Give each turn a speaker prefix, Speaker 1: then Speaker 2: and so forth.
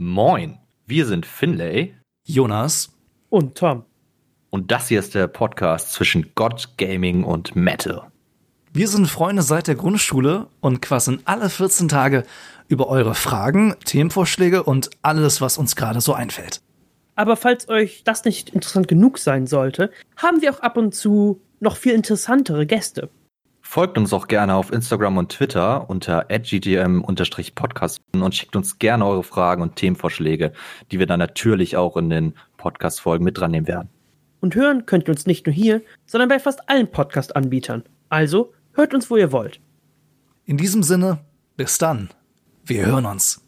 Speaker 1: Moin, wir sind Finlay
Speaker 2: Jonas.
Speaker 3: Und Tom.
Speaker 1: und das hier ist der Podcast zwischen Gott, Gaming und Metal.
Speaker 2: Wir sind Freunde seit der Grundschule und quassen alle 14 Tage über eure Fragen, Themenvorschläge und alles, was uns gerade so einfällt.
Speaker 3: Aber falls euch das nicht interessant genug sein sollte, haben wir auch ab und zu noch viel interessantere Gäste.
Speaker 1: Folgt uns auch gerne auf Instagram und Twitter unter @gdm_podcast und schickt uns gerne eure Fragen und Themenvorschläge, die wir dann natürlich auch in den Podcast Folgen mit dran nehmen werden.
Speaker 3: Und hören könnt ihr uns nicht nur hier, sondern bei fast allen Podcast-Anbietern. Also hört uns, wo ihr wollt.
Speaker 2: In diesem Sinne, bis dann. Wir hören uns.